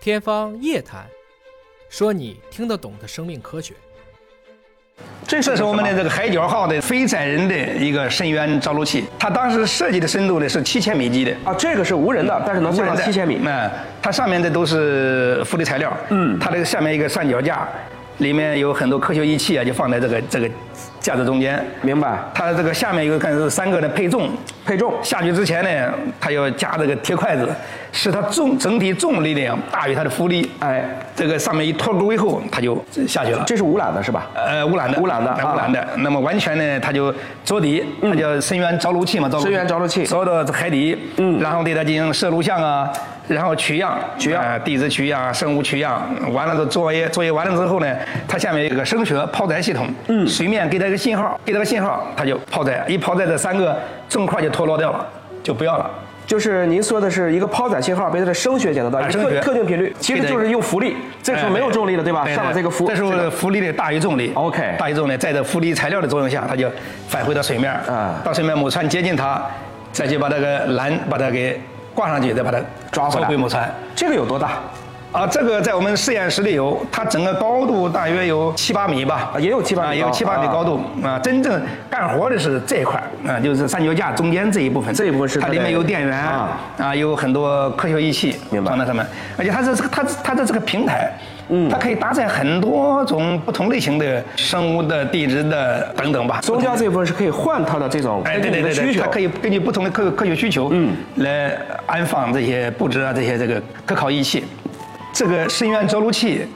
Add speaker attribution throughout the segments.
Speaker 1: 天方夜谭，说你听得懂的生命科学。
Speaker 2: 这这是我们的这个海角号的飞载人的一个深渊着陆器，它当时设计的深度呢是七千米级的，
Speaker 3: 啊，这个是无人的，但是能飞到七千米。
Speaker 2: 嗯，它上面的都是浮力材料，嗯，它这个下面一个三脚架，里面有很多科学仪器啊，就放在这个这个架子中间。
Speaker 3: 明白？
Speaker 2: 它这个下面有看是三个的配重，
Speaker 3: 配重
Speaker 2: 下去之前呢，它要加这个铁筷子，使它重整体重力量大于它的浮力。啊
Speaker 3: 哎，
Speaker 2: 这个上面一脱钩以后，它就下去了。
Speaker 3: 这是无缆的是吧？
Speaker 2: 呃，污染的，
Speaker 3: 污染的
Speaker 2: 哎
Speaker 3: 啊
Speaker 2: 污染的。那么完全呢，它就着底，它叫深渊着陆器嘛，着陆
Speaker 3: 深渊着陆器
Speaker 2: 着到海底，嗯，然后对它进行摄录像啊，然后取样，取
Speaker 3: 样
Speaker 2: 地质取样、生物取样，完了之后作业作业完了之后呢，它下面有个声学抛载系统，嗯，水面给它一个信号，给它个信号，它就抛载，一抛载这三个重块就脱落掉了，就不要了。
Speaker 3: 就是您说的是一个抛载信号被它的声学检测到，
Speaker 2: 啊
Speaker 3: 一
Speaker 2: 声
Speaker 3: 个
Speaker 2: 学
Speaker 3: 特特定频率，其实就是用浮力。这时候没有重力了，对吧？上了这个浮，
Speaker 2: 哎这时
Speaker 3: 这
Speaker 2: 候
Speaker 3: 个
Speaker 2: 浮力呢大于重力
Speaker 3: OK
Speaker 2: 大于重力，在这浮力材料的作用下，它就返回到水面，
Speaker 3: 啊
Speaker 2: 到水面母船接近它，再去把这个缆把它给挂上去，再把它
Speaker 3: 抓回来
Speaker 2: 收回母船。
Speaker 3: 这个有多大？
Speaker 2: 啊，这个在我们实验室里有，它整个高度大约有七八米吧
Speaker 3: 啊，也有七八米
Speaker 2: 啊也有
Speaker 3: 高
Speaker 2: 七八米
Speaker 3: 啊
Speaker 2: 高度啊。真正干活的是这一块啊，就是三脚架中间这一部分，
Speaker 3: 这一部分是
Speaker 2: 它
Speaker 3: 它
Speaker 2: 里
Speaker 3: 的
Speaker 2: 面有电源
Speaker 3: 啊
Speaker 2: 啊，有很多科学仪器
Speaker 3: 明白
Speaker 2: 放在上面，而且它是它它的这个平台，嗯，它可以搭载很多种不同类型的生物的、地质的等等吧。
Speaker 3: 中间这部分是可以换它的这种
Speaker 2: 哎，
Speaker 3: 根据
Speaker 2: 对
Speaker 3: 你
Speaker 2: 对
Speaker 3: 的
Speaker 2: 对
Speaker 3: 需
Speaker 2: 对，
Speaker 3: 求
Speaker 2: 它。可以根据不同的科科学需求，嗯，来安放这些布置啊，这些这个科考仪器。这个深渊着陆器，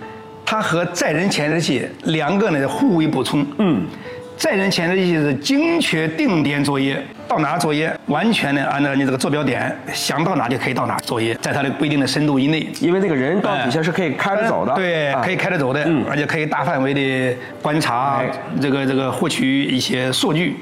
Speaker 2: 它和载人潜水器两个呢互为补充。嗯，载人潜水器是精确定点作业，到哪作业，完全呢按照你这个坐标点，想到哪就可以到哪作业，在它的规定的深度以内。
Speaker 3: 因为那个人到底下是可以开着走的，
Speaker 2: 哎对，
Speaker 3: 啊
Speaker 2: 可以开着走的，而且可以大范围的观察
Speaker 3: 哎
Speaker 2: 这个这个获取一些数据、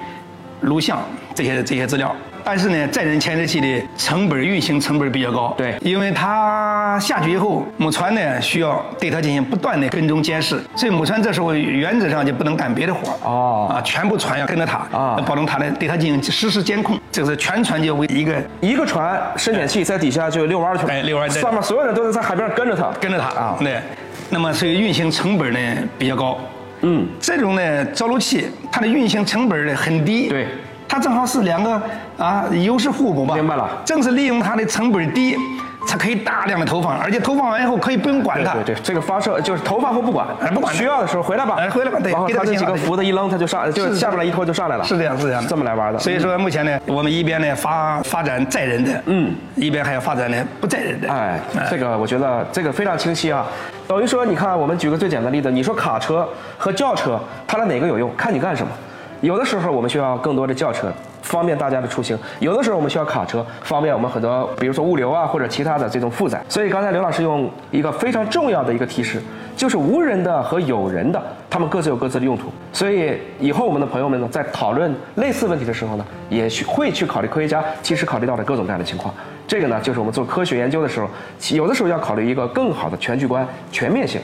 Speaker 2: 录像这些这些资料。但是呢，载人潜水器的成本运行成本比较高，
Speaker 3: 对
Speaker 2: 因为它下去以后，母船呢需要对它进行不断的跟踪监视，所以母船这时候原则上就不能干别的活儿
Speaker 3: 哦
Speaker 2: 啊，全部船要跟着它
Speaker 3: 啊
Speaker 2: 保证它呢对它进行实时监控，这个是全船就为一个
Speaker 3: 一个船深潜器在底下就遛弯儿去了，
Speaker 2: 哎遛弯儿对
Speaker 3: 上面所有人都是在海边跟着它，
Speaker 2: 跟着它嗯
Speaker 3: 啊
Speaker 2: 对，那么所以运行成本呢比较高。
Speaker 3: 嗯，
Speaker 2: 这种呢着陆器，它的运行成本呢很低。
Speaker 3: 对。
Speaker 2: 它正好是两个啊优势互补吧。
Speaker 3: 明白了
Speaker 2: 正是利用它的成本低，才可以大量的投放，而且投放完以后可以不用管它。
Speaker 3: 对对，这个发射就是头发后不管
Speaker 2: 哎，不管
Speaker 3: 需要的时候回来吧，
Speaker 2: 哎回来吧对
Speaker 3: 然后
Speaker 2: 给他
Speaker 3: 他
Speaker 2: 个
Speaker 3: 这
Speaker 2: 信
Speaker 3: 几
Speaker 2: 号
Speaker 3: 个浮的一扔，他就上，就是下边来一拖就上来了，
Speaker 2: 是这样，是这样的，
Speaker 3: 这么来玩的。
Speaker 2: 所以说，目前呢，我们一边呢发发展载人的，嗯，一边还要发展呢不载人的。啊
Speaker 3: 哎，这个我觉得这个非常清晰啊。等于说，你看，我们举个最简单的例子，你说卡车和轿车，它俩哪个有用？看你干什么。有的时候我们需要更多的轿车，方便大家的出行；有的时候我们需要卡车，方便我们很多，比如说物流啊或者其他的这种负载。所以刚才刘老师用一个非常重要的一个提示，就是无人的和有人的，他们各自有各自的用途。所以以后我们的朋友们呢，在讨论类似问题的时候呢，也去会去考虑科学家其实考虑到的各种各样的情况。这个呢，就是我们做科学研究的时候，其有的时候要考虑一个更好的全局观、全面性。